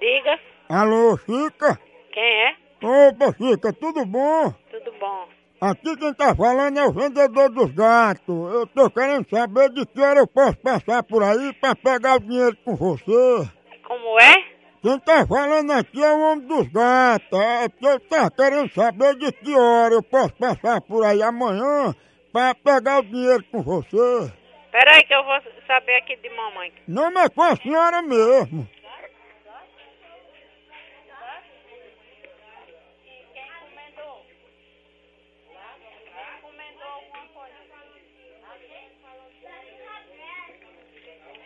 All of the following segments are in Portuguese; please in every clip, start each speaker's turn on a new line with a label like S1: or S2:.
S1: Diga,
S2: Alô, Chica?
S1: quem é?
S2: Opa, Chica, tudo bom?
S1: Tudo bom?
S2: Aqui quem tá falando é o vendedor dos gatos. Eu tô querendo saber de que hora eu posso passar por aí pra pegar o dinheiro com você.
S1: Como é?
S2: Quem tá falando aqui é o homem dos gatos. É que eu tá querendo saber de que hora eu posso passar por aí amanhã pra pegar o dinheiro com você.
S1: Peraí que eu vou saber aqui de mamãe.
S2: Não, mas com a senhora mesmo.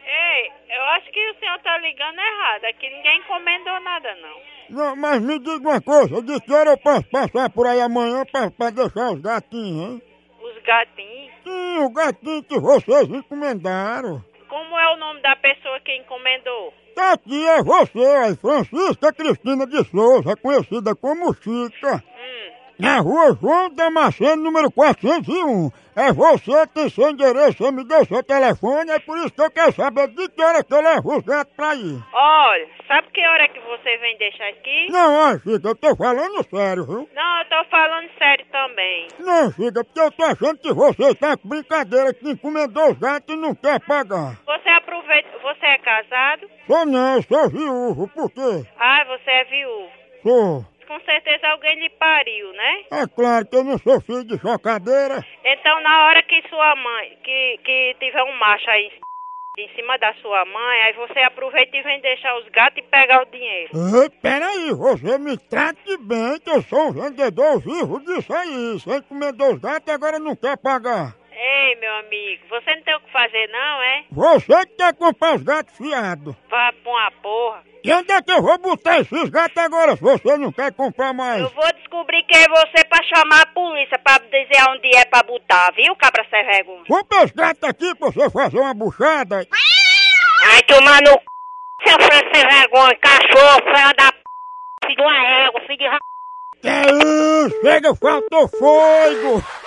S1: Ei, eu acho que o senhor tá ligando errado. Aqui ninguém encomendou nada, não.
S2: Não, mas me diga uma coisa, de que hora eu posso passar por aí amanhã pra, pra deixar os gatinhos, hein?
S1: Os gatinhos.
S2: Sim, o gatinho que vocês encomendaram.
S1: Como é o nome da pessoa que encomendou?
S2: Tá aqui, é você, aí, Francisca Cristina de Souza, conhecida como Chica.
S1: Hum,
S2: Na rua João Damasceno, número 401. É você que seu endereço, você me deu seu telefone, é por isso que eu quero saber de que hora que eu levo os gatos pra ir.
S1: olha, sabe que hora que você vem deixar aqui?
S2: Não, ó, Chica, eu tô falando sério, viu?
S1: Não, eu tô falando sério também.
S2: Não, Chica, porque eu tô achando que você tá com brincadeira, que encomendou os gatos e não quer pagar.
S1: Você aproveita. Você é casado?
S2: Sou não, sou viúvo, por quê?
S1: Ah, você é viúvo.
S2: Sou.
S1: Com certeza alguém lhe pariu, né?
S2: É claro que eu não sou filho de chocadeira.
S1: Então, na hora que sua mãe, que, que tiver um macho aí em cima da sua mãe, aí você aproveita e vem deixar os gatos e pegar o dinheiro.
S2: Ei, peraí, você me trate bem, que eu sou um vendedor vivo disso aí. Você encomendou os gatos e agora não quer pagar.
S1: Ei, meu amigo, você não tem o que fazer não, é?
S2: Você que quer comprar os gatos fiados.
S1: Vá pra uma porra.
S2: E onde é que eu vou botar esses gatos agora se você não quer comprar mais?
S1: Eu vou descobrir quem é você pra chamar a polícia pra dizer aonde é pra botar, viu, cabra sem vergonha?
S2: Compra os gatos aqui pra você fazer uma buchada.
S1: Vai tomar no c... seu filho sem vergonha, cachorro, filho da p... filho de uma égua, filho de ra...
S2: Que isso? Chega, faltou fogo!